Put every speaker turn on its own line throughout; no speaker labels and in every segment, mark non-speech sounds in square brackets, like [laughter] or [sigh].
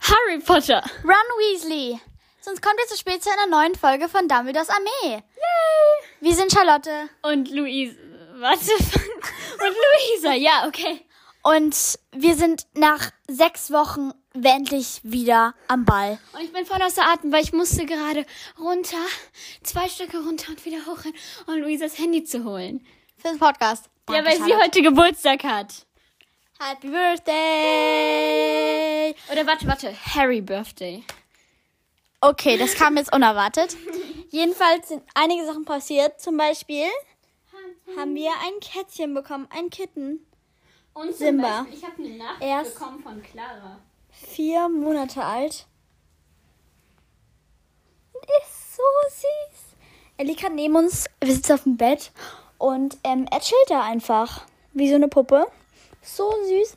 Harry Potter.
Ron Weasley. Sonst kommt ihr zu spät zu einer neuen Folge von Dumbledores Armee. Yay! Wir sind Charlotte.
Und Luise. Was? Und Luisa. Ja, okay.
Und wir sind nach sechs Wochen endlich wieder am Ball.
Und ich bin voll außer Atem, weil ich musste gerade runter, zwei Stöcke runter und wieder hochrennen, um Luisas Handy zu holen.
Für den Podcast.
ja, weil sie heute Geburtstag hat.
Happy Birthday!
Oder warte, warte. Harry Birthday.
Okay, das kam jetzt unerwartet. [laughs] Jedenfalls sind einige Sachen passiert. Zum Beispiel haben wir ein Kätzchen bekommen, ein Kitten.
Und
Simba.
ich habe eine Nachricht
Erst-
bekommen von Clara.
Vier Monate alt. Und ist so süß. Er liegt gerade neben uns, wir sitzen auf dem Bett und ähm, er chillt da einfach. Wie so eine Puppe. So süß.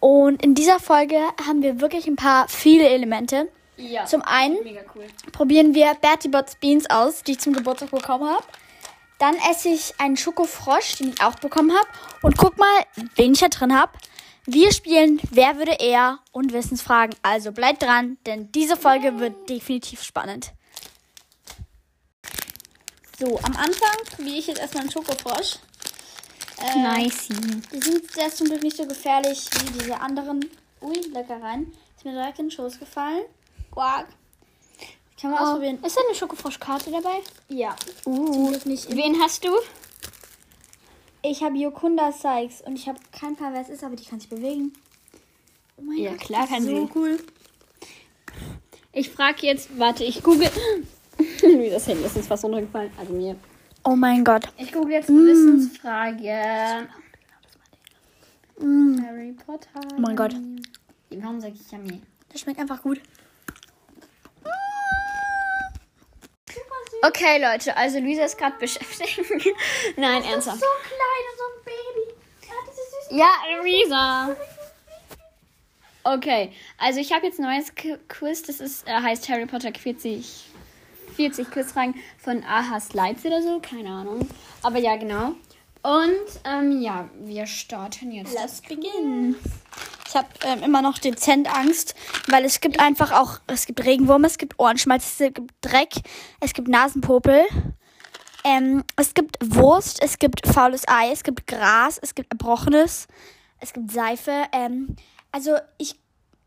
Und in dieser Folge haben wir wirklich ein paar viele Elemente.
Ja.
Zum einen
Mega cool.
probieren wir Bertie Bott's Beans aus, die ich zum Geburtstag bekommen habe. Dann esse ich einen Schokofrosch, den ich auch bekommen habe. Und guck mal, wen ich da drin habe. Wir spielen Wer würde eher und Wissensfragen. Also bleibt dran, denn diese Folge wird definitiv spannend. So, am Anfang probiere ich jetzt erstmal einen Schokofrosch. Äh,
Nice.
Die sind sehr zum Glück nicht so gefährlich wie diese anderen. Ui, lecker rein. Ist mir direkt in den Schoß gefallen. Quack. Kann
Oh,
man ausprobieren.
Ist da eine Schokofroschkarte dabei?
Ja. Uh. Nicht
Wen hast du?
ich habe Yokunda Sykes und ich habe keinen Plan, wer es ist, aber die kann sich bewegen. Oh mein
Ja, klar
das ist
kann
so
sie.
cool.
Ich frage jetzt, warte, ich google. [laughs] Wie das Handy ist jetzt was runtergefallen. Also mir.
Oh mein Gott.
Ich google jetzt eine Wissensfrage. Harry Potter.
Oh mein Gott.
Warum sage ich Yummy?
Das schmeckt einfach gut.
Okay, Leute, also Luisa ist gerade beschäftigt. [laughs] Nein, ernsthaft.
klein und so ein Baby. Ja, das ist süß.
Ja, Luisa. Okay, also ich habe jetzt ein neues Qu- Quiz. Das ist, äh, heißt Harry Potter 40, 40 Quizfragen von Ahas Leipzig oder so. Keine Ahnung. Aber ja, genau. Und ähm, ja, wir starten jetzt.
Let's begin. Ich habe ähm, immer noch dezent Angst, weil es gibt einfach auch, es gibt Regenwürmer, es gibt Ohrenschmalz, es gibt Dreck, es gibt Nasenpopel, ähm, es gibt Wurst, es gibt faules Ei, es gibt Gras, es gibt Erbrochenes, es gibt Seife. Ähm, also ich,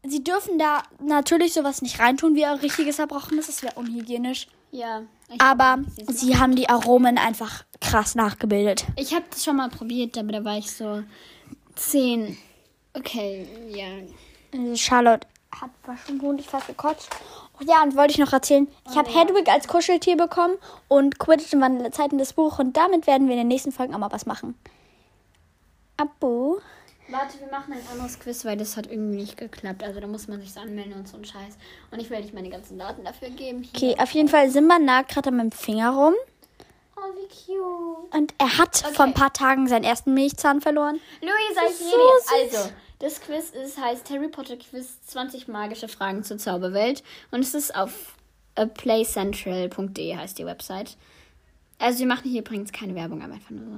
sie dürfen da natürlich sowas nicht reintun wie ein richtiges Erbrochenes, das wäre unhygienisch.
Ja. ich-
Aber
sie-
sie haben die Aromen einfach krass nachgebildet.
Ich habe das schon mal probiert, aber da war ich so 10. Okay, ja.
Also Charlotte hat war schon wohnlich fast gekotzt. Ach ja, und wollte ich noch erzählen, ich habe Hedwig als Kuscheltier bekommen und Quidditch im Wandel der Zeiten das Buch und damit werden wir in den nächsten Folgen auch mal was machen. Abo.
Warte, wir machen ein anderes Quiz, weil das hat irgendwie nicht geklappt. Also da muss man sich so anmelden und so ein Scheiß. Und ich werde nicht meine ganzen Daten dafür geben. Hier.
Okay, auf jeden Fall Simba nagt gerade an meinem Finger rum
Oh, wie cute.
und er hat vor ein paar Tagen seinen ersten Milchzahn verloren.
Luisa,
Das
ich rede
ist so
jetzt.
süß.
Also, das Quiz ist, heißt Harry Potter Quiz 20 magische Fragen zur Zauberwelt. Und es ist auf äh, playcentral.de e, heißt die Website. Also wir machen hier übrigens keine Werbung, aber einfach nur so.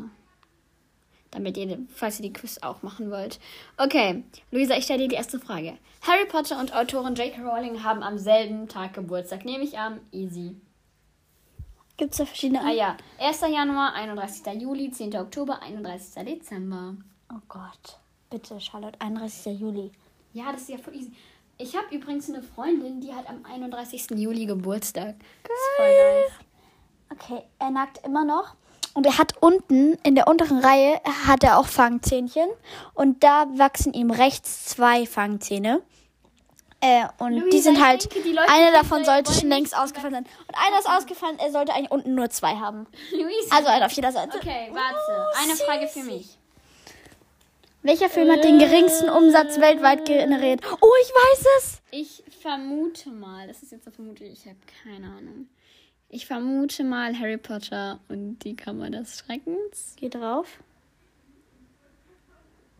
Damit ihr, falls ihr die Quiz auch machen wollt. Okay, Luisa, ich stelle dir die erste Frage. Harry Potter und Autorin J.K. Rowling haben am selben Tag Geburtstag. Nehme ich am easy.
Gibt es da verschiedene
Ah ja, 1. Januar, 31. Juli, 10. Oktober, 31. Dezember.
Oh Gott. Bitte, Charlotte, 31. Juli.
Ja, das ist ja voll easy. Ich habe übrigens eine Freundin, die hat am 31. Juli Geburtstag. Das ist voll nice.
Okay, er nagt immer noch. Und er hat unten, in der unteren Reihe, hat er auch Fangzähnchen. Und da wachsen ihm rechts zwei Fangzähne. Äh, und
Luisa,
die sind
ich
halt,
denke, die Leute
einer
denken,
davon
wir
sollte
wollen
schon längst
nicht
ausgefallen sein. Und einer ist ausgefallen, er sollte eigentlich unten nur zwei haben.
Luis.
Also einer auf jeder Seite.
okay, warte.
Oh,
Eine
süß.
Frage für mich.
Welcher Film hat den geringsten
Äh.
Umsatz weltweit generiert? Oh, ich weiß es!
Ich vermute mal, das ist jetzt eine Vermutung, ich habe keine Ahnung. Ich vermute mal Harry Potter und die Kammer des Schreckens.
Geh drauf.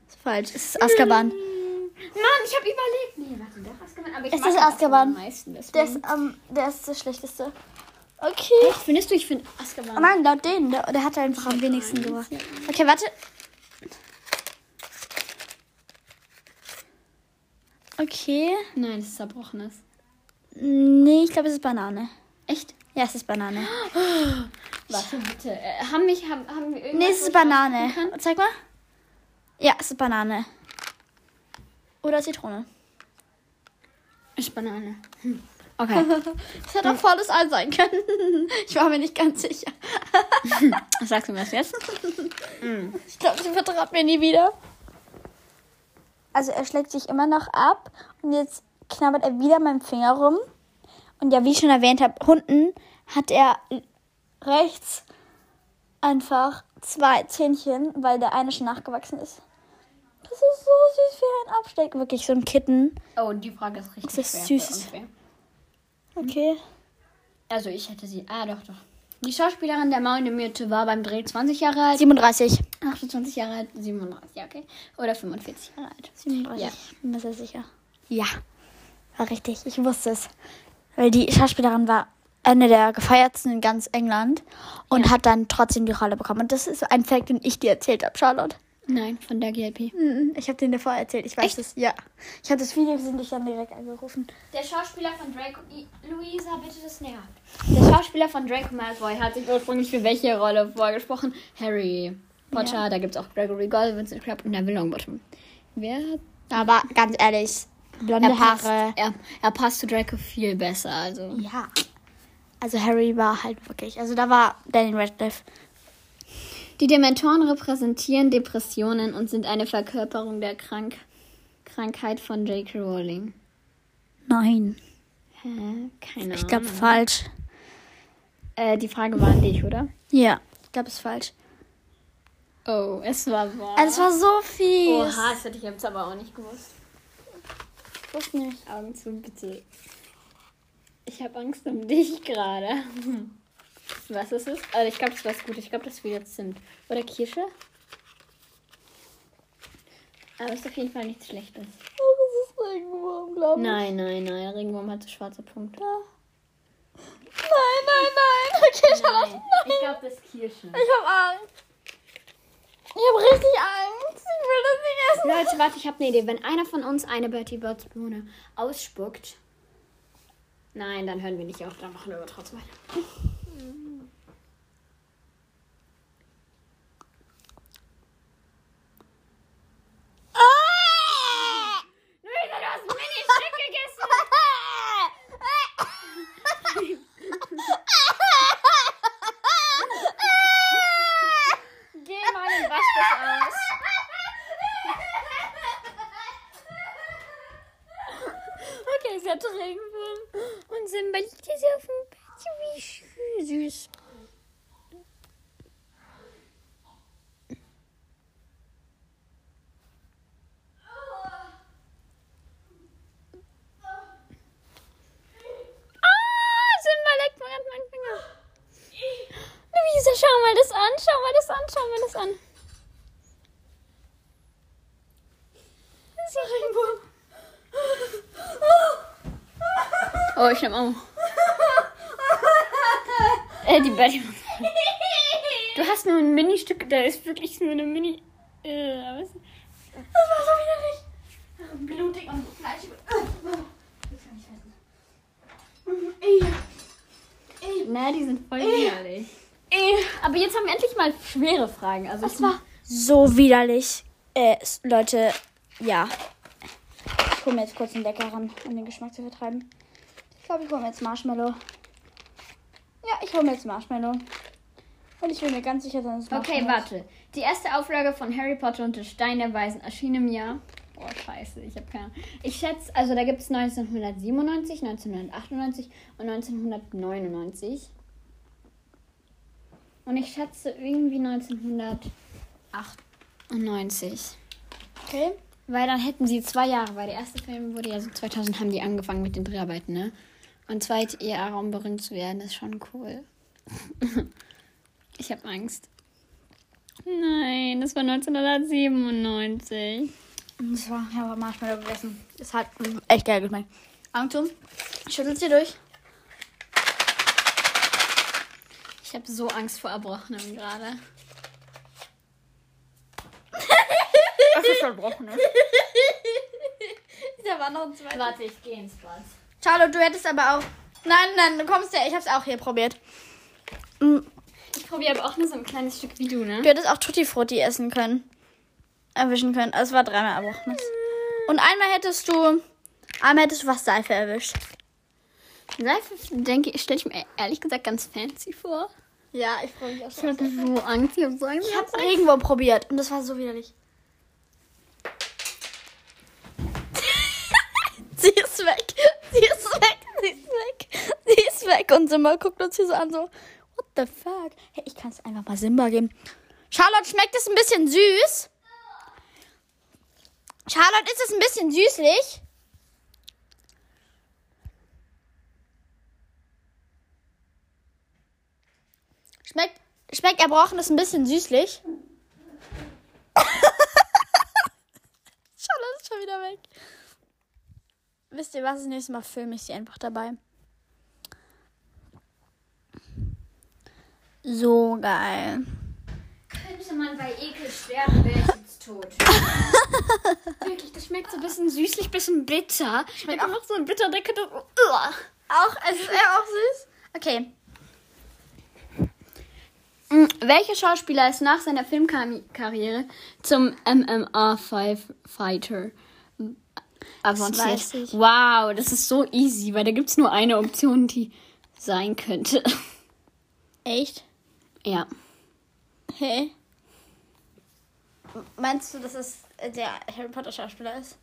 Ist falsch, es ist Azkaban.
Hm. Mann, ich habe überlegt. Nee, warte, doch Azkaban. Aber ich
Es
mag
ist
Azkaban
Azkaban.
am meisten.
Der
Deswegen.
ist, ähm, der ist der schlechteste. Okay.
Echt, findest du, ich finde Azkaban.
Oh nein, laut denen. Der, der hat einfach am wenigsten gebracht. Okay, warte. Okay.
Nein, das ist zerbrochenes.
Nee, ich glaube, es ist Banane.
Echt?
Ja, es ist Banane.
Warte, bitte. Äh, haben, mich, haben, haben wir irgendwas...
Nee, es
wo
ist
ich
Banane.
rausfinden kann?
Zeig mal. Ja, es ist Banane. Oder Zitrone.
Ist Banane. Hm. [laughs] Okay.
Das hätte auch volles All sein können. [laughs] Ich war mir nicht ganz sicher.
Sagst du mir das jetzt?
Ich glaube, sie vertraut mir nie wieder. Also er schlägt sich immer noch ab und jetzt knabbert er wieder meinen Finger rum. Und ja, wie ich schon erwähnt habe, unten hat er rechts einfach zwei Zähnchen, weil der eine schon nachgewachsen ist. Das ist so süß wie ein Absteck. Wirklich so ein Kitten.
Oh, die Frage ist richtig
Das ist
schwer.
süß.
für irgendwer.
Okay.
Also ich hätte sie... Ah, doch, doch. Die Schauspielerin der Maul in Myrte war beim Dreh 20 Jahre alt.
37.
28 Jahre alt, 37, ja, okay. Oder 45 Jahre alt.
37.
Ja.
Bin mir sehr sicher.
Ja.
War richtig, ich wusste es. Weil die Schauspielerin war eine der gefeiertsten in ganz England und hat dann trotzdem die Rolle bekommen. Und das ist ein Fact, den ich dir erzählt habe, Charlotte.
Nein, von der GLP.
Mhm. Ich habe den dir vorher erzählt, ich weiß es. Ja. Ich habe das Video gesehen, dich dann direkt angerufen.
Der Schauspieler von Draco. I- Luisa, bitte das näher. Der Schauspieler von Draco Malfoy hat sich ursprünglich für welche Rolle vorgesprochen? Harry Potter, da gibt es auch Gregory Gold, Vincent Club und Neville Longbottom. Wer hat.
Aber ganz ehrlich, blonde Haare.
Passt, er, er passt zu Draco viel besser, also.
Ja. Also Harry war halt wirklich, also da war Daniel Radcliffe.
Die Dementoren repräsentieren Depressionen und sind eine Verkörperung der Krank Krankheit von J.K. Rowling.
Nein,
Hä? Keine
ich glaube
Ahnung.
falsch.
Äh, die Frage war an dich, oder?
Ja, ich glaube es ist falsch.
Oh, es war wahr.
Also es war so viel.
Oha, das hätte ich jetzt aber auch nicht gewusst.
Ich wusste nicht.
Augen zu, bitte. Ich habe Angst um dich gerade. [laughs] Was ist es? Also ich glaube, das war gut. Ich glaube, das wird jetzt Zimt. Oder Kirsche? Aber es ist auf jeden Fall nichts Schlechtes.
Oh, Das ist Regenwurm, glaube ich.
Nein, nein, nein. Regenwurm hatte schwarze Punkte.
Nein, nein, nein. Okay, ich hab,
Nein. Ich glaube, das ist Kirsche.
ich hab Angst. Ich hab richtig Angst. Ich will das nicht essen.
Leute, warte, ich habe eine Idee. Wenn einer von uns eine Bertie Botts Bohne ausspuckt. Nein, dann hören wir nicht auf. Dann machen wir aber trotzdem weiter. Luisa, du hast Mini-Stück gegessen! Geh mal und wasch das aus. Okay, sie hatte Regenwurm. Und Simba liegt jetzt auf dem Bett. Wie schön, süß. Ah, Simba leckt mir gerade meinen Finger. Luisa, schau mal das an, schau mal das an, schau mal das an. Das ist ein Regenwurm. Oh, ich nehme auch. Äh, die Betty. Du hast nur ein Mini-Stück, da ist wirklich nur eine Mini. Äh, was?
[laughs] Das war so widerlich.
Blutig und fleischig. Na, die sind voll widerlich. Aber jetzt haben wir endlich mal schwere Fragen. Also ich war.
So widerlich. Äh, s- Leute, ja. Ich hole mir jetzt kurz einen Decker ran, um den Geschmack zu vertreiben. Ich glaube, ich hole mir jetzt Marshmallow. Ja, ich hole mir jetzt Marshmallow. Und ich will mir ganz sicher sein, dass es
Okay,
Marshmallow ist.
warte. Die erste Auflage von Harry Potter und der Stein der Weisen erschien im Jahr. Oh, scheiße, ich habe keine Ahnung. Ich schätze, also da gibt es 1997, 1998 und 1999. Und ich schätze irgendwie 1998.
Okay.
Weil dann hätten sie zwei Jahre, weil der erste Film wurde ja so 2000, haben die angefangen mit den Dreharbeiten, ne? Und zwei Jahre, um berühmt zu werden, ist schon cool. [laughs] ich habe Angst. Nein, das war 1997.
Das war, ja, war Marshmallow gegessen. Es hat echt geil geschmeckt. Augen zu. Schüttelst dir durch.
Ich habe so Angst vor Erbrochenem gerade.
Das ist verbrochen, ne? Da war noch ein zweiter.
Warte, ich gehe ins Bad.
Charlotte, du hättest aber auch. Nein, nein, du kommst ja. Ich hab's auch hier probiert. Mm,
Ich probiere aber auch nur so ein kleines Stück wie du, ne?
Du hättest auch Tutti Frutti essen können. Erwischen können. Also, es war dreimal erbrochenes. Und einmal hättest du. Einmal hättest du was Seife erwischt.
Seife, denke ich, stelle ich mir ehrlich gesagt ganz fancy vor.
Ja, ich freue mich auch
Ich hatte so Angst, ich habe so Angst.
Ich habe Regenwurm probiert und das war so widerlich. [laughs] Sie ist weg. Sie ist weg. Sie ist weg. Sie ist weg. Und Simba guckt uns hier so an, so, what the fuck? Hey, ich kann es einfach mal Simba geben. Charlotte, schmeckt es ein bisschen süß? Charlotte, ist es ein bisschen süßlich? Schmeckt, schmeckt erbrochen ist ein bisschen [laughs] süßlich. Charlotte ist schon wieder weg. Wisst ihr was? Das nächste Mal filme ich sie einfach dabei. So geil.
Könnte man bei Ekel sterben, wäre ich jetzt tot. [laughs] Wirklich, das schmeckt so ein bisschen süßlich, ein bisschen bitter. Schmeckt auch noch so ein bitter Decke.
Auch, es ist ja auch süß. Okay.
Mm, Welcher Schauspieler ist nach seiner Filmkarriere zum MMA-Fighter avanciert?
weiß ich.
Wow, das ist so easy, weil da gibt es nur eine Option, die sein könnte. [laughs]
Echt?
Ja.
Hey. Meinst du, dass es äh, der Harry Potter Schauspieler ist?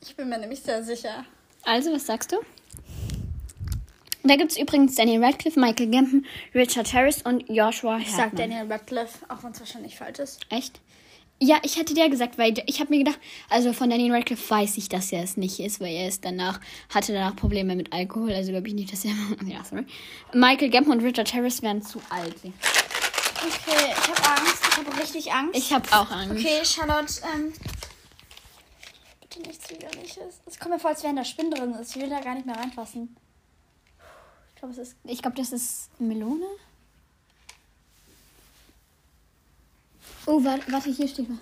Ich bin mir nämlich sehr sicher.
Also, was sagst du? Da gibt es übrigens Daniel Radcliffe, Michael Gambon, Richard Harris und Joshua Hartman.
Ich sag Daniel Radcliffe, auch wenn es wahrscheinlich falsch ist.
Echt? Ja, ich hätte der gesagt, weil ich habe mir gedacht, also von Daniel Radcliffe weiß ich, dass er es nicht ist, weil er ist danach, hatte danach Probleme mit Alkohol, also glaube ich nicht, dass er. [laughs] Ja, sorry. Michael Gambon und Richard Harris wären zu alt.
Okay, ich habe Angst. Ich habe richtig Angst.
Ich habe auch Angst.
Okay, Charlotte, ähm. Bitte nichts Widerliches. Es kommt mir vor, als wären da Spinnen drin. Also, Ich will da gar nicht mehr reinfassen. Ich glaube, es ist.
Ich glaube, das ist Melone. Oh, warte, warte, hier steht was.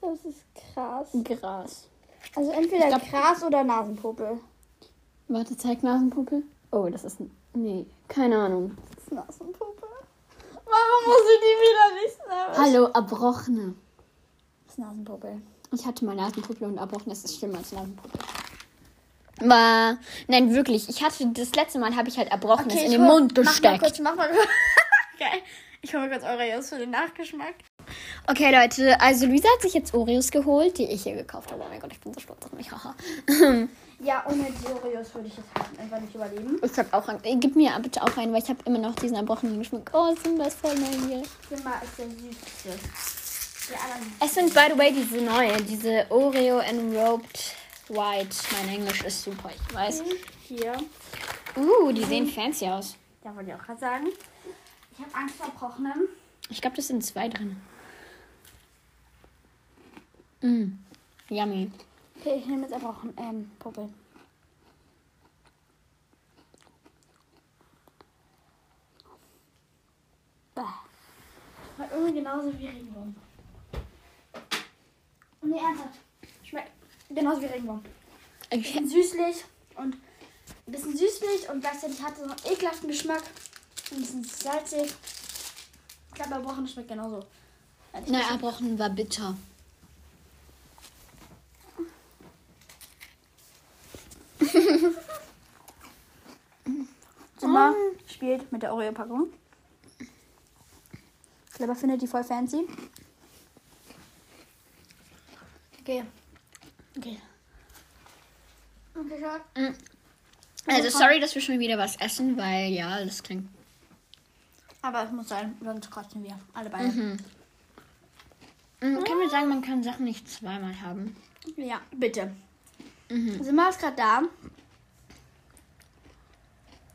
Das ist Gras.
Gras.
Also entweder
glaub-
Gras oder Nasenpopel.
Warte, zeig Nasenpuppe. Oh, das ist. Nee, keine Ahnung.
Das ist Nasenpopel. Warum muss ich die wieder nicht nehmen?
Hallo, Erbrochene.
Das ist Nasenpopel.
Ich hatte mal Nasenpuppe und Erbrochene. Das ist schlimmer als Nasenpuppe. War, nein, wirklich. Ich hatte das letzte Mal habe ich halt Erbrochenes in den Mund
Mach mal
gesteckt.
kurz, mach mal kurz. [laughs] Geil. Ich hole mir kurz Oreos für den Nachgeschmack.
Okay, Leute, also Luisa hat sich jetzt Oreos geholt, die ich hier gekauft habe. Oh mein Gott, ich bin so stolz auf mich. Haha. [laughs]
Ja, ohne die Oreos würde ich jetzt einfach nicht überleben.
Ich hab auch Angst. Äh, Gib mir bitte auch einen, weil ich habe immer noch diesen erbrochenen Geschmack. Oh, sind das voll neugierig.
Zimmer ist der süßeste. Die anderen.
Es sind, by the way, diese neue, diese Oreo Enrobed White. Mein Englisch ist super, ich weiß.
Mhm. Hier.
Uh, die sehen fancy aus.
Ja, wollte ich auch gerade sagen. Ich habe Angst vor Brochenem.
Ich glaube, das sind zwei drin. Mm, yummy.
Okay, ich nehme jetzt einfach auch einen ähm, Popel. War irgendwie genauso wie Regenwurm. Nee, ernsthaft. Schmeckt genauso wie Regenwurm.
Ich,
Bisschen süßlich und ein bisschen süßlich und gleichzeitig hat es so einen ekelhaften Geschmack. Ein bisschen salzig. Ich glaube, Erbrochen schmeckt genauso.
nein, erbrochen war bitter.
Zimmer spielt mit der Oreo-Packung. Clever findet die voll fancy. Okay. Okay. Okay, Schatz.
Also, sorry, dass wir schon wieder was essen, weil ja, das klingt.
Aber es muss sein, sonst kotzen wir. Alle beide.
Mm, Kann man sagen, man kann Sachen nicht zweimal haben?
Ja, Mhm. bitte. Simba ist gerade da.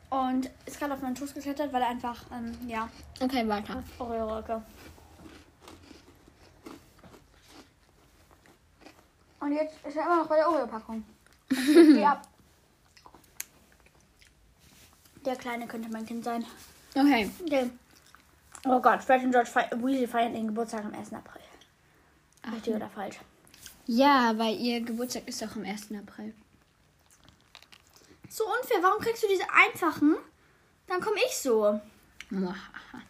Und ist gerade auf meinen Schoß geklettert, weil er einfach, ähm, ja,
Okay, weiter.
Oreo-Röcke. Und jetzt ist er immer noch bei der Oreo-Packung. ja. Der Kleine könnte mein Kind sein.
Okay.
Okay. Oh Gott, Fred und George fei Weasley feiern ihren Geburtstag am 1. April. Richtig oder falsch?
Ja, weil ihr Geburtstag ist doch am 1. April.
So unfair. Warum kriegst du diese einfachen? Dann komme ich so.
Muahaha.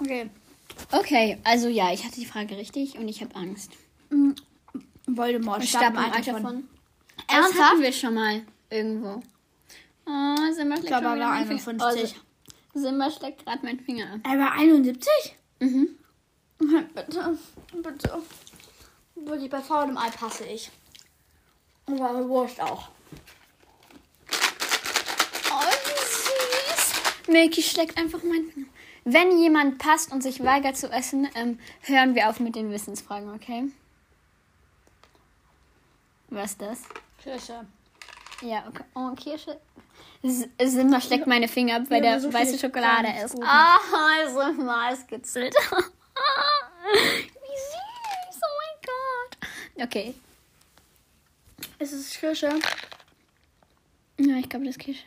Okay.
Okay, also ja, ich hatte die Frage richtig und ich habe Angst.
Voldemort.
Ich starb im Alter von. Ernst
Ernsthaft?
hatten wir schon mal irgendwo. Oh, Simba steckt
Ich
schon
glaube, er war
wieder mein Finger-
51.
Oh, Simba steckt gerade meinen Finger an.
Er war 71?
Mhm.
Bitte, bitte. Würde bei Frauen im Ei passe ich. Aber bei Wurst auch.
Oh, wie süß. Milky steckt einfach meinen Finger. Wenn jemand passt und sich weigert zu essen, ähm, hören wir auf mit den Wissensfragen, okay? Was ist das?
Kirsche.
Ja, okay. Oh, Kirsche. S- Simba schlägt meine Finger ab, weil
Wir
der
haben so
weiße
viele
Schokolade
Fragen
ist.
zu
Ah, Simba ist gezählt. [laughs] Wie süß. Oh mein Gott. Okay.
Ist es Kirsche?
Ja, ich glaube, das ist Kirsche.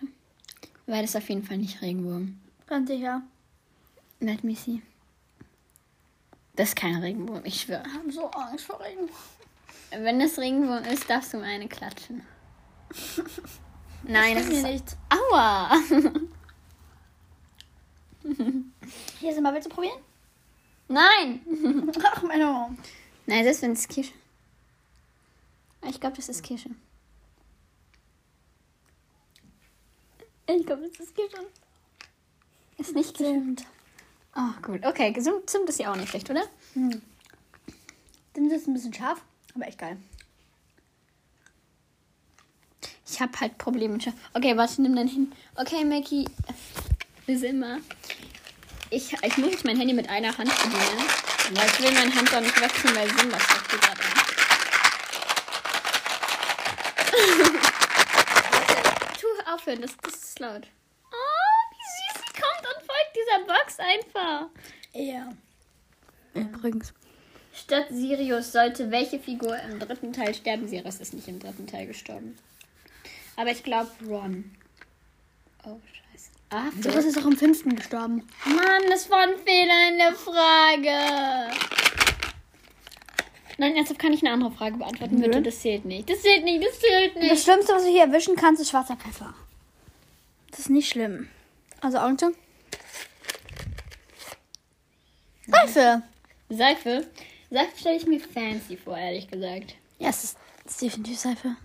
Weil das ist auf jeden Fall nicht Regenwurm.
Ganz sicher.
Let me see. Das ist kein Regenwurm, ich schwöre.
Ich habe so Angst vor Regen.
Wenn das Regenwurm ist, darfst du mir eine klatschen. Nein, das
Stimmt
ist...
mir nicht.
Aua. [laughs]
Hier sind wir, willst du probieren?
Nein.
Ach, meine
Nein, selbst wenn es Kirsche. Ich glaube, das ist Kirsche. Ich glaube, das ist Kirsche. Ist nicht Kirsche.
Stimmt.
Oh, gut. Okay, gesund- Zimt ist ja auch nicht schlecht, oder?
Hm. Stimmt, ist ein bisschen scharf, aber echt geil.
Ich habe halt Probleme mit Schaf. Okay, warte, nimm dein Handy. Okay, Mackie. Bis immer. Ich, ich muss jetzt mein Handy mit einer Hand bedienen. Weil ich will meine Hand doch nicht wechseln, weil Simba steckt die gerade an. [laughs] tu aufhören, das, das ist laut. Oh, wie süß sie kommt und folgt dieser Box einfach.
Ja. Übrigens.
Statt Sirius sollte welche Figur im dritten Teil sterben? Sirius ist nicht im dritten Teil gestorben. Aber ich glaube Ron. Oh, scheiße. Ah,
Du bist auch im fünften gestorben.
Mann, das war ein Fehler in der Frage. Nein, ernsthaft kann ich eine andere Frage beantworten,
Nö.
bitte. Das zählt nicht. Das zählt nicht, das zählt
Das
nicht.
Schlimmste, was du hier erwischen kannst, ist schwarzer Pfeffer. Das ist nicht schlimm. Also Augen zu. Seife.
Seife? Seife stelle ich mir fancy vor, ehrlich gesagt.
Ja, es ist, es ist definitiv Seife.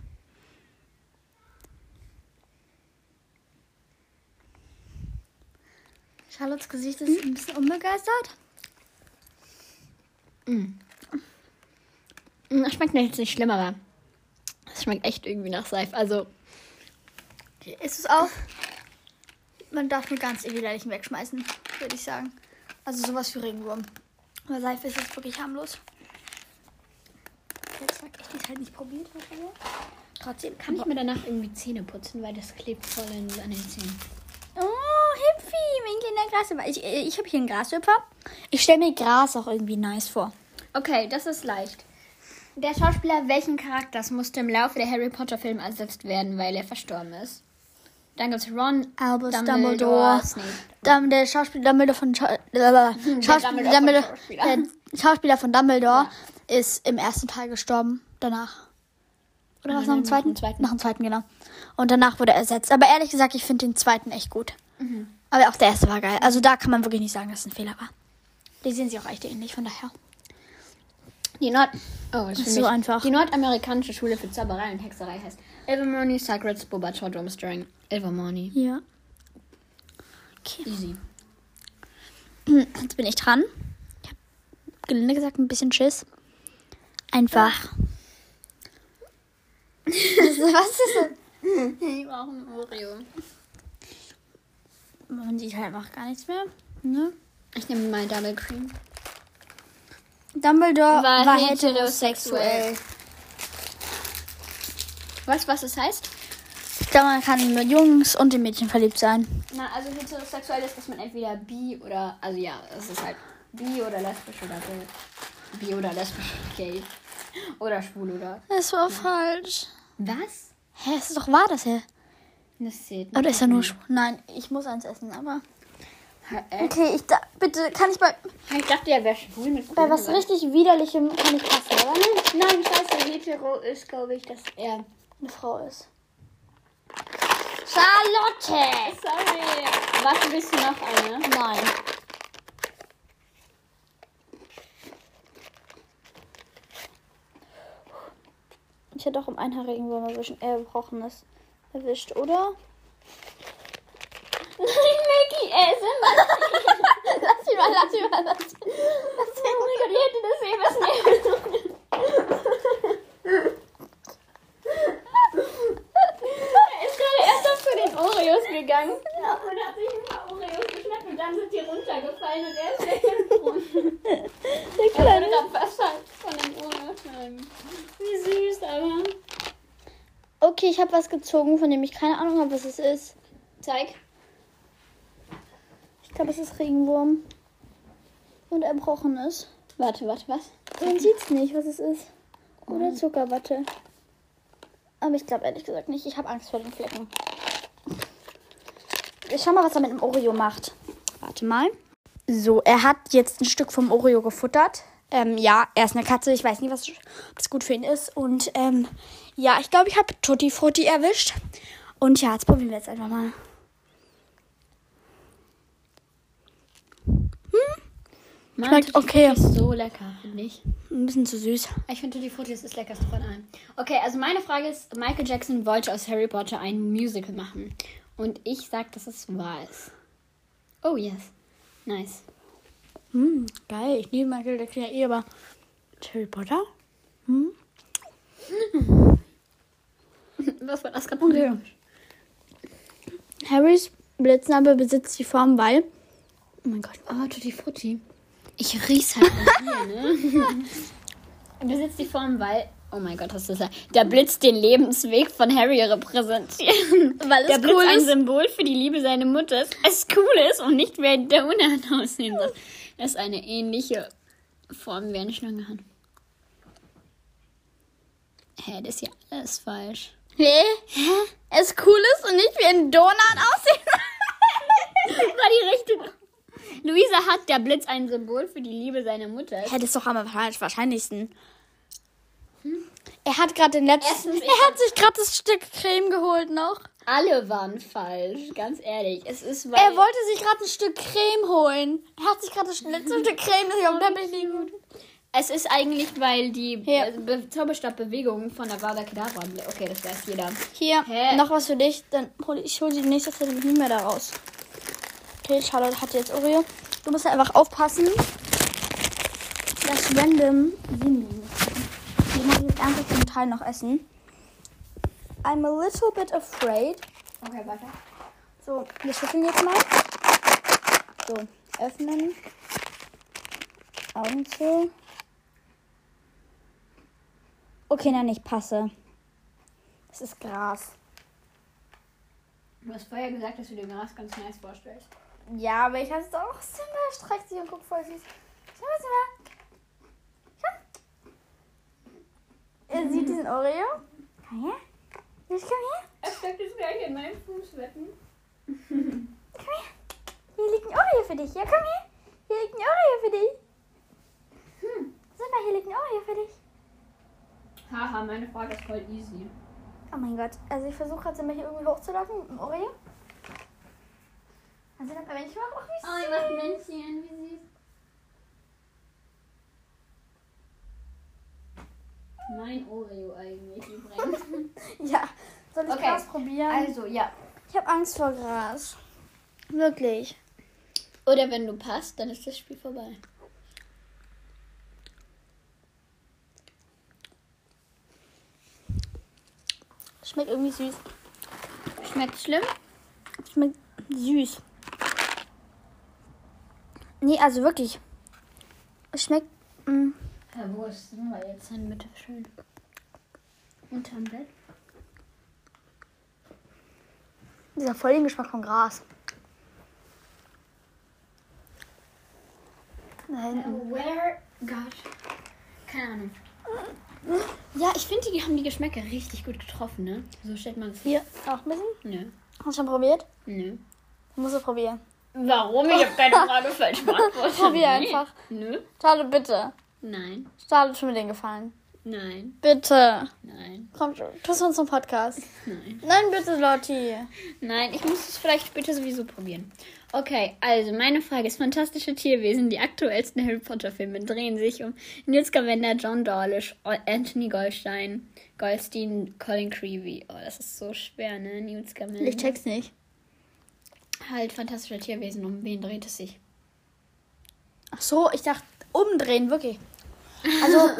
Charlottes Gesicht ist ein bisschen unbegeistert.
Hm, Das schmeckt jetzt nicht schlimm, aber es schmeckt echt irgendwie nach Seife. Also,
Ist es auch? Man darf nur ganz Evilerlichen wegschmeißen, würde ich sagen. Also sowas für Regenwurm. Aber Seife ist jetzt wirklich harmlos. Jetzt sag ich, die ist halt nicht probiert. aber Trotzdem
kann ich mir danach irgendwie Zähne putzen, weil das klebt voll in, an den Zähnen.
Oh, Hipfi, mein kleiner Grashüpfer. Ich, ich habe hier einen Grashüpfer. Ich stelle mir Gras auch irgendwie nice vor.
Okay, das ist leicht. Der Schauspieler welchen Charakters musste im Laufe der Harry Potter Filme ersetzt werden, weil er verstorben ist? Dann gibt's Ron,
Albus Dumbledore.
Dumbledore, Snape.
Dam- der Schauspieler Dumbledore von Scha [laughs] äh, Schauspieler,
Dumbledore von
Dumbledore,
Schauspieler.
der Schauspieler von Dumbledore ist im ersten Teil gestorben. Danach. Oder
Nein,
was nach dem
nein, nach
zweiten?
dem zweiten.
Nach dem zweiten, genau. Und danach wurde er ersetzt. Aber ehrlich gesagt, ich finde den zweiten echt gut. Aber auch der erste war geil. Also da kann man wirklich nicht sagen, dass es ein Fehler war. Die sehen sich auch echt ähnlich, von daher.
Die Nord oh, das
Ist
ist
so
so
einfach.
einfach. Die nordamerikanische Schule für Zauberei und Hexerei heißt Ilvermorny Sacred Bobator Durmstrang. Ilvermorny.
Ja. Okay.
Easy.
Jetzt bin ich dran. Ich hab gelinde gesagt ein bisschen Schiss. Einfach. Was ist das?
Ich brauche ein Oreo.
Man sieht halt einfach gar nichts mehr. Ne?
Ich nehme mal Double Cream.
Dumbledore war,
War
heterosexuell.
heterosexuell. Weißt du, was das heißt?
Ich glaube, man kann mit Jungs und den Mädchen verliebt sein.
Na, also heterosexuell ist, dass man entweder bi oder, also ja, es ist halt bi oder lesbisch oder bi, bi oder lesbisch, gay oder schwul oder.
Das war falsch.
Was?
Hä, es Oh, ist doch wahr, das hier.
Das zählt nicht.
Oder ist er nur schwul? Nein, ich muss eins essen, aber.
Hä?
Okay, ich da, bitte, kann ich bei,
Ich dachte, er wäre schwul mit
bei was
Brüdern.
richtig widerlichem kann ich passen, oder nicht?
Nein, scheiße, hetero ist, glaube ich, dass er.
Eine Frau ist. Charlotte!
Sorry. Warte, willst du noch eine?
Nein. Ich hätte auch im einhaarigen Wurm erwischen, äh, Erbrochenes erwischt, oder?
Nein, Maggie, äh, er ist immer.
Lass ihn mal, lass ihn mal, lass ihn
Oh mein Gott, ihr hättet das sehen müssen. er ist gerade erst auf zu den Oreos gegangen. Und hat sich ein paar Oreos geschnappt und dann sind die runtergefallen und er ist weggesprungen.
Der
Er wurde
kleine.
gerade verschallt von den Oreos. Wie süß, aber.
Okay, ich habe was gezogen, von dem ich keine Ahnung habe, was es ist.
Zeig.
Ich glaube, es ist Regenwurm. Und Erbrochenes.
Warte, warte, was?
Man sieht's nicht, was es ist. Oder Zuckerwatte. Aber ich glaube ehrlich gesagt nicht. Ich habe Angst vor den Flecken. Ich schau mal, was er mit dem Oreo macht. Warte mal. So, er hat jetzt ein Stück vom Oreo gefuttert. Ähm, ja, er ist eine Katze. Ich weiß nicht, was ob das gut für ihn ist. Und ähm, ja, ich glaube, ich habe Tutti Frutti erwischt. Und ja, jetzt probieren wir jetzt einfach mal. Hm? Schmeckt okay.
Ist so lecker, finde ich.
Ein bisschen zu süß.
Ich finde die Frutti ist das leckerste von allen. Okay, also meine Frage ist, Michael Jackson wollte aus Harry Potter ein Musical machen. Und ich sag, dass es wahr ist. Oh yes. Nice. [laughs]
Hm, geil. Ich liebe Michael Jackson ja eh, aber Harry Potter?
Was war das gerade? Okay.
Harrys Blitznarbe besitzt die Form, weil... Oh mein Gott.
Oh, Tutti Frutti. Ich riech's halt an hier, ne? [laughs] Besitzt die Form, weil... Oh mein Gott, das ist ja... Der Blitz den Lebensweg von Harry [laughs] repräsentiert.
Weil
Der Blitz ein Symbol für die Liebe seiner Mutter ist, es cool ist und nicht wie der Unhand aussehen soll. Das ist eine ähnliche Form wie eine Schlangenhand. Hä, das ist ja alles falsch. [laughs]
Nee. Es cool ist und nicht wie ein Donut
War
aussehen.
die richtige. Luisa hat der Blitz ein Symbol für die Liebe seiner Mutter. ist.
Hä, das ist doch am wahrscheinlich- wahrscheinlichsten. Hm? Er hat gerade den letzten...
Erstens, ich
er hat sich gerade das Stück Creme geholt noch.
Alle waren falsch, ganz ehrlich. Es ist weil
Er wollte sich gerade ein Stück Creme holen. Er hat sich gerade das letzte Stück Creme, das ich auf dem Teppich liegen
es ist eigentlich weil die
Ja.
ja. Zauberstabbewegung von Avada Kedavra. Okay, das weiß jeder.
Hier,
Hä?
noch was für dich. Dann hol, ich hole die nächste Zeit nämlich nicht mehr da raus. Okay, Charlotte hat jetzt Oreo. Du musst einfach aufpassen, dass random Windeln nicht kommen. Die muss ich jetzt einfach zum Teil noch essen. I'm a little bit afraid.
Okay, weiter.
So, wir schütteln jetzt mal. So, öffnen. Augen zu. Okay, na nicht passe. Es ist Gras.
Du hast vorher gesagt, dass du dir Gras ganz nice vorstellst.
Ja, aber ich hab's doch auch Simba streckt sich und guckt voll süß. Schau mal, Simba. Schau. Er sieht diesen Oreo. Mhm. Komm her. Ich komm her.
Es steckt jetzt gleich in meinem Fuß wetten.
Komm her. Hier liegt ein Oreo für dich. Ja, komm her. Hier liegt ein Oreo für dich. Simba, hier liegt ein Oreo für dich.
Haha, meine Frage ist voll easy.
Oh mein Gott. Also ich versuche gerade Simba hier irgendwie hochzulocken mit dem Oreo. Also dann kann ich mal auch wie süß.
Oh, macht Männchen, wie süß. Mein Oreo eigentlich übrigens. [laughs]
Ja. Soll ich
Okay.
Gras probieren?
also, ja.
ich habe Angst vor Gras. Wirklich.
Oder wenn du passt, dann ist das Spiel vorbei.
Schmeckt irgendwie süß.
Schmeckt schlimm?
Schmeckt süß. Nee, also wirklich. Es schmeckt. mm,
Ja, Äh, wo ist Simba jetzt hin? Bitte schön. Unterm Bett?
dieser voll den Geschmack von Gras. Da hinten.
Äh, Where? Gott. Keine Ahnung. Ja, ich finde, die haben die Geschmäcker richtig gut getroffen, ne? So stellt man es
Hier, auch ein bisschen.
Nö.
Hast du schon probiert?
Nö.
Musst du probieren.
Warum? Ich habe keine Frage falsch [laughs] beantwortet.
Probier einfach.
Nö.
Charlotte, bitte.
Nein.
Charlotte, tu mir den Gefallen.
Nein.
Bitte.
Nein.
Komm, tu es uns zum Podcast.
Nein.
Nein, bitte, Lotti.
Nein, ich muss es vielleicht später sowieso probieren. Okay, also meine Frage ist: Fantastische Tierwesen, die aktuellsten Harry Potter-Filme drehen sich um Newt Scamander, John Dawlish, O- Anthony Goldstein, Goldstein, Colin Creevy. Oh, das ist so schwer, ne? Newt Scamander.
Ich check's nicht.
Halt, fantastische Tierwesen, um wen dreht es sich?
Ach so, ich dachte, umdrehen, wirklich. [laughs] Also,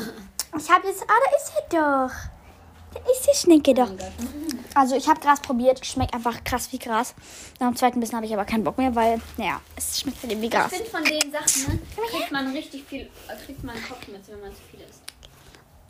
ich habe jetzt. Ah, da ist er doch. Da ist die Schnecke doch. Also, ich habe Gras probiert. Schmeckt einfach krass wie Gras. Nach dem zweiten Bissen habe ich aber keinen Bock mehr, weil, naja, es schmeckt halt eben wie Gras.
Ich finde, von den Sachen, ne, kriegt man richtig viel, äh, kriegt man Kopfschmerzen, wenn man zu viel isst.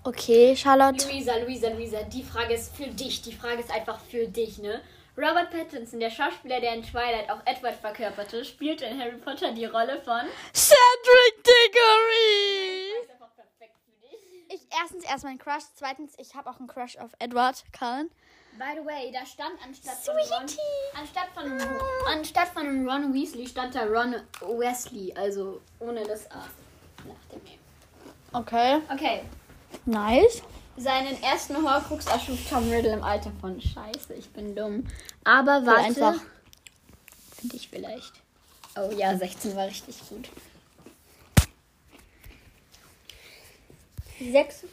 Okay, Charlotte.
Luisa, Luisa, Luisa, die Frage ist für dich. Die Frage ist einfach für dich, ne? Robert Pattinson, der Schauspieler, der in Twilight auch Edward verkörperte, spielt in Harry Potter die Rolle von.
Cedric Diggory!
Ist einfach perfekt für dich.
Ich, erstens, erstmal einen Crush. Zweitens, ich habe auch einen Crush auf Edward Cullen.
By the way, da stand anstatt von
Sweetie.
Ron, anstatt von anstatt von Ron Weasley stand da Ron Wesley, also ohne das A nach dem Namen.
Okay.
Okay,
Nice.
Seinen ersten Horcrux erschuf Tom Riddle im Alter von Scheiße, ich bin dumm. Aber
War
warte.
einfach.
Für dich vielleicht. Oh ja, 16 war richtig gut. 6.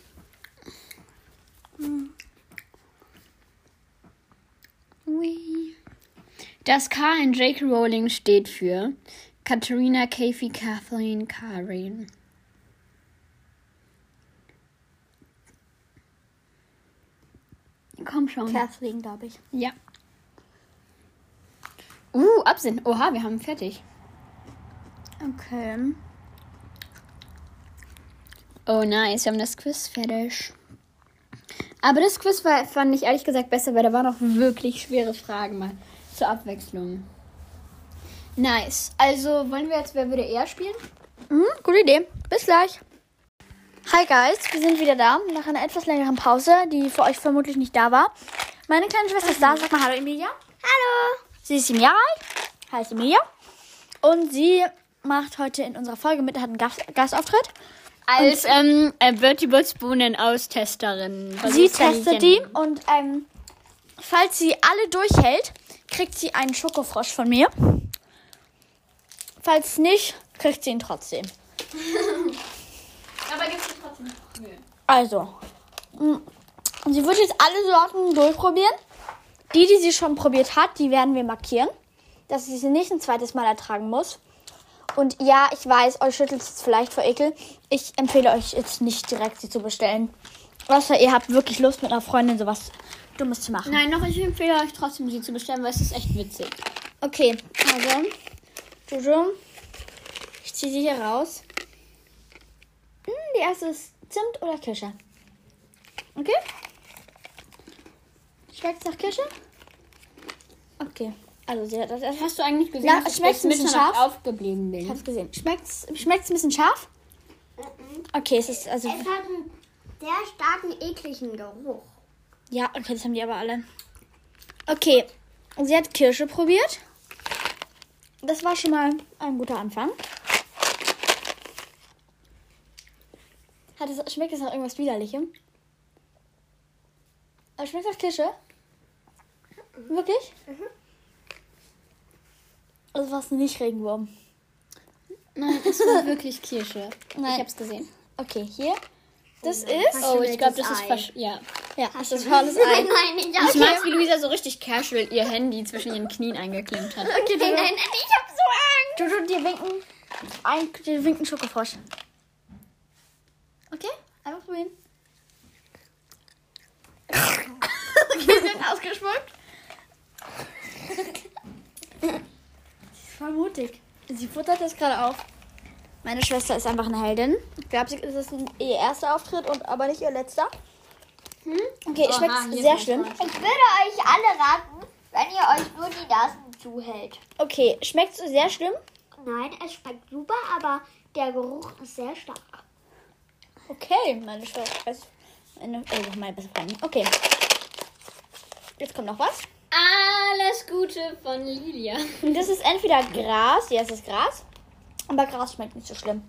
Ui. Das K in J.K. Rowling steht für Katharina, Kathy, Kathleen, Karin. Komm schon.
Kathleen, glaube ich.
Ja. Uh, Absinn. Oha, wir haben fertig.
Okay.
Oh nice, wir haben das Quiz fertig. Aber das Quiz war, fand ich ehrlich gesagt besser, weil da waren auch wirklich schwere Fragen mal zur Abwechslung. Nice. Also wollen wir jetzt Wer würde eher spielen?
Mhm, gute Idee. Bis gleich. Hi Guys, wir sind wieder da nach einer etwas längeren Pause, die für euch vermutlich nicht da war. Meine kleine Schwester ist da. Sag mal Hallo Emilia. Hallo. Sie ist sieben Jahre alt, heißt Emilia. Und sie macht heute in unserer Folge mit, hat einen Gast, Gastauftritt.
Als ähm, äh, Bertie Butts Bohnen-Austesterin.
sie testet die und ähm, falls sie alle durchhält, kriegt sie einen Schokofrosch von mir. Falls nicht, kriegt sie ihn trotzdem.
Aber gibt es trotzdem Mühe.
Also, mm, sie wird jetzt alle Sorten durchprobieren. Die, die sie schon probiert hat, die werden wir markieren, dass sie sie nicht ein zweites Mal ertragen muss. Und ja, ich weiß, euch schüttelt es jetzt vielleicht vor Ekel. Ich empfehle euch jetzt nicht direkt, sie zu bestellen. Außer ihr habt wirklich Lust, mit einer Freundin sowas Dummes zu machen.
Nein, noch ich empfehle euch trotzdem, sie zu bestellen, weil es ist echt witzig.
Okay, also, Jojo, ich ziehe sie hier raus. Hm, Die erste ist Zimt oder Kirsche. Okay? Schmeckt nach Kirsche? Okay, also sie hat das erst.
Hast du eigentlich gesehen,
Ja,
dass ich
schmeckt's
bis
ein bisschen
Mitternacht
scharf?
aufgeblieben bin?
Ich hab's gesehen. Schmeckt's, schmeckt's ein bisschen scharf? Okay, es ist also.
Es hat einen sehr starken, ekligen Geruch.
Ja, okay, das haben die aber alle. Okay, sie hat Kirsche probiert. Das war schon mal ein guter Anfang. Hat es, schmeckt es nach irgendwas Widerlichem? Äh, Schmeckt es nach Kirsche? Wirklich? Also Das war nicht Regenwurm.
Nein, es war wirklich Kirsche.
Nein.
Ich hab's gesehen.
Okay, hier. Das ist.
Oh, ich glaube, das
Ei.
ist versch ja.
Ja, das ist volles Ei.
Nein, ich
Ich
hab's.
mag, wie Luisa so richtig casual ihr Handy zwischen ihren Knien eingeklemmt hat.
Okay,
Nein,
Dodo,
nein, ich hab so Angst.
Dodo, dir winken. Ein, dir winken Schokofrosch.
Okay.
Einfach [laughs] probieren.
Wir sind ausgeschmückt.
Voll mutig. Sie futtert das gerade auf. Meine Schwester ist einfach eine Heldin. Ich glaube, sie- es ist ein- ihr erster Auftritt, und aber nicht ihr letzter. Hm? Okay,
Oha,
schmeckt
hier
sehr
ist
schlimm.
mein
Ich würde euch alle raten, wenn ihr euch nur die Nasen zuhält.
Okay, schmeckt sehr schlimm.
Nein, es schmeckt super, aber der Geruch ist sehr stark.
Okay, meine Schwester oh, ist
[laughs]
meine, also meine beste Freundin. Okay. Jetzt kommt noch was.
Alles das Gute von Lilia.
Und das ist entweder Gras, ja, es ist Gras. Aber Gras schmeckt nicht so schlimm.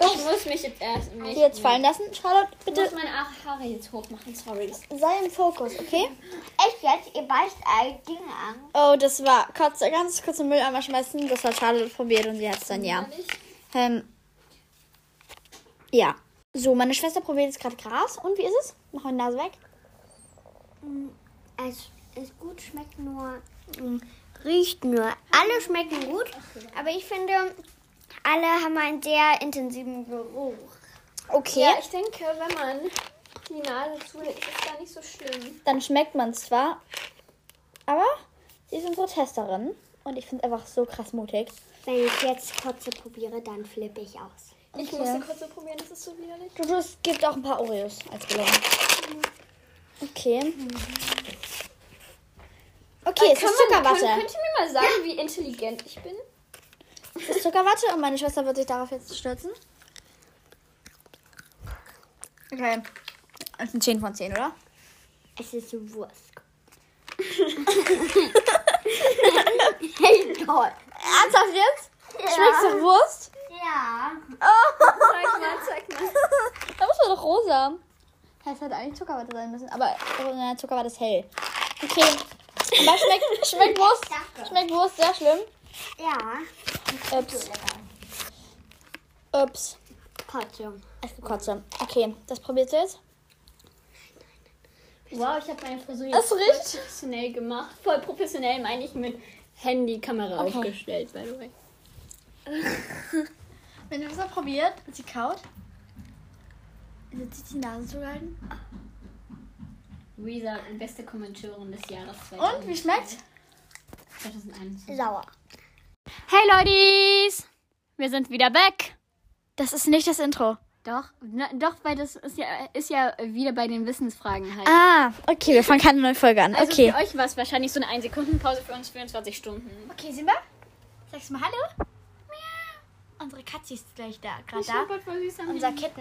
Ich muss mich Oh. jetzt erst um mich,
Die jetzt fallen lassen. Charlotte,
Ich muss
bitte
meine Haare jetzt hochmachen, sorry.
sei im Fokus, okay?
Echt jetzt? Ihr beißt ein Ding an.
Oh, das war kurz, ganz kurz im Mülleimer schmeißen. Das hat Charlotte probiert und sie hat es dann ja. Ähm, ja. So, meine Schwester probiert jetzt gerade Gras. Und wie ist es? Mach meine Nase weg.
Ähm, Es ist gut, schmeckt nur. ähm, Riecht nur. Alle schmecken gut, aber ich finde, alle haben einen sehr intensiven Geruch.
Okay.
Ja, ich denke, wenn man die Nase zulegt, ist es gar nicht so schlimm.
Dann schmeckt man es zwar, aber sie ist unsere Testerin. Und ich finde es einfach so krass mutig.
Wenn ich jetzt kurze probiere, dann flippe ich aus.
Ich musste kurz so probieren, das ist so widerlich.
Jojo, es gibt auch ein paar Oreos als Belohnung. Okay. Okay, es ist Zuckerwatte.
könnt ihr mir mal sagen, wie intelligent ich bin?
Es ist Zuckerwatte und meine Schwester wird sich darauf jetzt stürzen. Okay. Das ist ein 10 von 10, oder?
Es ist [laughs] Wurst. hey, toll.
Ernsthaft jetzt? Schmeckt nach Wurst?
Ja.
Zeig mal, zeig mal.
Da muss man doch rosa. Das hätte eigentlich Zuckerwatte sein müssen, aber äh, Zuckerwatte ist hell. Okay. Aber schmeckt, schmeckt Wurst. Schmeckt Wurst sehr schlimm.
Ja.
Ups. Ups.
Kotze.
Es gibt Kotze. Okay, das probiert ihr jetzt.
Wow, ich habe meine Frisur
Hast
jetzt
du recht?
professionell gemacht. Voll professionell meine ich mit Handykamera aufgestellt, by the [laughs] way.
Wenn du das mal probiert, und sie kaut,
Also
wird sie die Nase zugehalten.
Luisa, beste Kommentatorin des Jahres
Und, wie schmeckt's?
2021.
Sauer.
Hey Leutis! Wir sind wieder back!
Das ist nicht das Intro.
Doch, na, doch, weil das ist ja, ist ja wieder bei den Wissensfragen halt.
Ah, okay, wir fangen keine neue Folge an.
Also
Okay.
für euch war es wahrscheinlich so eine 1-Sekunden-Pause für uns 24 Stunden.
Okay, Simba, sagst du mal Hallo? Unsere Katze ist gleich da, gerade unser Kitten.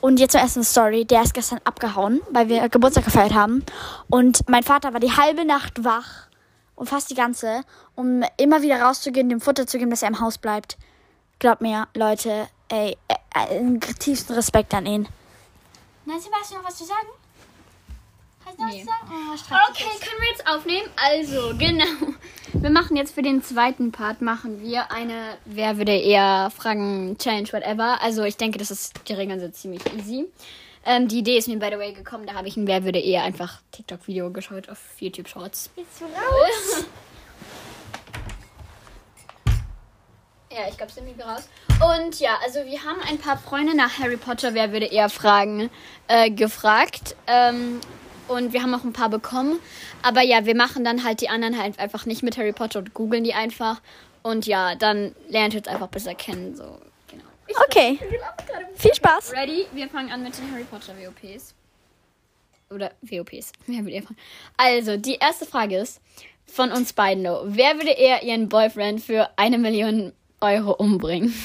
Und jetzt zur ersten Story. Der ist gestern abgehauen, weil wir Geburtstag gefeiert haben. Und mein Vater war die halbe Nacht wach und fast die ganze, um immer wieder rauszugehen, dem Futter zu geben, dass er im Haus bleibt. Glaubt mir, Leute, ey, äh, äh, den tiefsten Respekt an ihn. Nancy, hast du noch was zu sagen? Hast du noch
Nee.
was zu sagen? Oh, Streit.
Okay, können wir jetzt aufnehmen? Also, genau. Wir machen jetzt für den zweiten Part machen wir eine Wer würde eher fragen Challenge whatever. Also ich denke, das ist die Regeln sind ziemlich easy. Ähm, die Idee ist mir by the way gekommen. Da habe ich ein Wer würde eher einfach TikTok Video geschaut auf YouTube Shorts.
Bist du raus?
[laughs] Ja, ich glaube, sind wir raus. Und ja, also wir haben ein paar Freunde nach Harry Potter, wer würde eher fragen, äh, gefragt. Ähm, und wir haben auch ein paar bekommen. Aber ja, wir machen dann halt die anderen halt einfach nicht mit Harry Potter und googeln die einfach. Und ja, dann lernt ihr uns einfach besser kennen. So, genau.
Okay, viel Spaß.
Ready? Wir fangen an mit den Harry Potter WOPs. Oder WOPs. [laughs] Wer würde eher fragen? Also, die erste Frage ist von uns beiden. nur, Wer würde eher ihren Boyfriend für eine Million Euro umbringen? [laughs]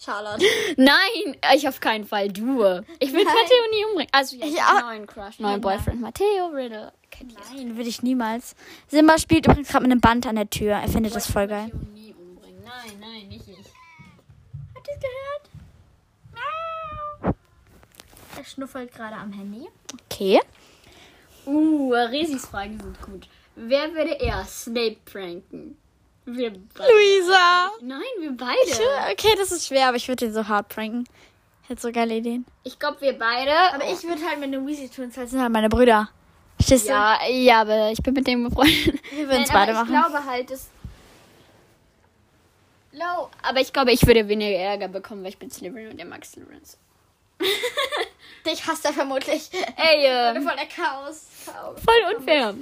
Charlotte.
Nein, ich auf keinen Fall. Du. Ich will Matteo nie umbringen. Also ja,
Ich auch.
neuen Crush, neuen Boyfriend. Matteo Riddle. Kennt ihr
Oh Nein, würde ich niemals. Simba spielt übrigens gerade mit einem Band an der Tür. Er findet das voll geil.
Matteo nie umbringen. Nein, nein, nicht ich.
Habt ihr es gehört? Er schnuffelt gerade am Handy. Okay.
Uh, Resis Fragen sind gut. Wer würde eher Snape pranken? Wir beide.
Hm. Luisa!
Nein, wir beide.
Okay, das ist schwer, aber ich würde ihn so hart pranken. Hätte so geile Ideen.
Ich glaube, wir beide.
ich würde halt mit einem Weasley tun, das sind halt meine Brüder. Verstehst
ja, ja, aber ich bin mit dem befreundet.
du? Wir würden
Nein,
es
aber
beide machen.
Ich glaube halt, dass. Low. Aber ich glaube, ich würde weniger Ärger bekommen, weil ich bin Slytherin und der mag Slytherin.
dich hasst er vermutlich. [laughs]
Ey, äh,
Voll der Chaos.
voll unfair.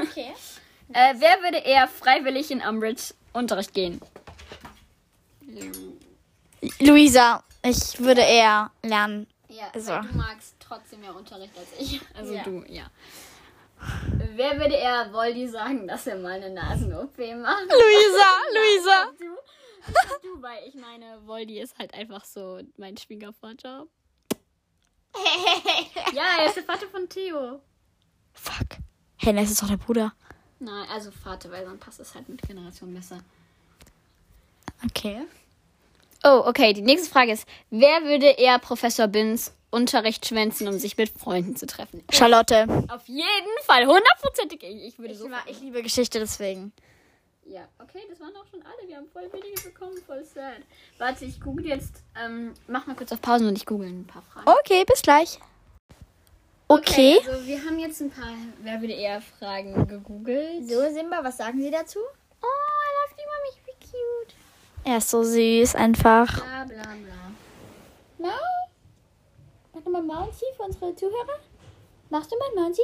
Okay.
Äh, wer würde eher freiwillig in Umbridge Unterricht gehen?
Luisa, ich würde eher lernen.
Ja,
So.
weil du magst trotzdem mehr Unterricht als ich. Also
Ja.
du, ja. Wer würde eher Voldy sagen, dass er mal eine Nasen-OP macht? [laughs]
Luisa, Luisa.
Du? du, weil ich meine, Voldy ist halt einfach so mein [laughs] Schwiegervater. ja, er ist der Vater von Theo.
Fuck. Hey, das ist doch der Bruder.
Nein, also Vater, weil dann passt es halt mit Generation besser.
Okay.
Oh, okay. Die nächste Frage ist: Wer würde eher Professor Bins Unterricht schwänzen, um sich mit Freunden zu treffen?
Charlotte.
Auf jeden Fall, hundertprozentig. Ich, ich würde so.
ich liebe Geschichte deswegen.
Ja, okay, das waren auch schon alle. Wir haben voll wenige bekommen, voll sad. Warte, ich google jetzt. Ähm, mach mal kurz auf Pause und ich google ein paar Fragen.
Okay, bis gleich. Okay.
Also, wir haben jetzt ein paar Wer würde eher Fragen gegoogelt.
So, Simba, was sagen Sie dazu?
Oh, I love you, mommy, wie cute.
Er ist so süß einfach.
Bla, bla, bla.
Nein? Mach nochmal Mounty für unsere Zuhörer. Machst du mal Mounty?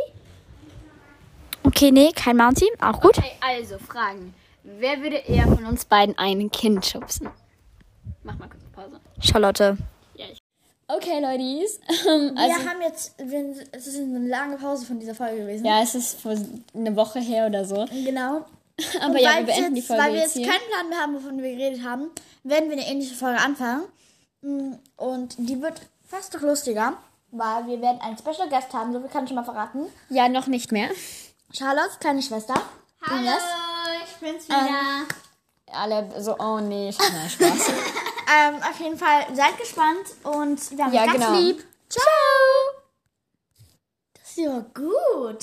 Okay, nee, kein Mountain. Auch gut.
Okay, also, Fragen. Wer würde eher von uns beiden ein Kind schubsen? Mach mal kurz auf Pause.
Charlotte.
Okay, Ladies. Ähm, also,
wir haben jetzt, wir, es ist eine lange Pause von dieser Folge gewesen.
ja, es ist vor eine Woche her oder so.
Genau.
Aber ja, wir
Weil es
beenden die
jetzt,
Folge
Weil wir
jetzt
jetzt
hier.
keinen Plan mehr haben, wovon wir geredet haben, werden wir eine ähnliche Folge anfangen. Mm, Und die wird fast noch lustiger, weil wir werden einen Special Guest haben, so viel kann ich schon mal verraten.
Ja, noch nicht mehr.
Charlottes kleine Schwester. Hallo.
ich bin's wieder.
Alle so, oh nee, schnell Spaß.
Ähm, auf jeden Fall seid gespannt und wir haben
Ja,
euch ganz
genau.
lieb. Ciao. Das ist ja gut.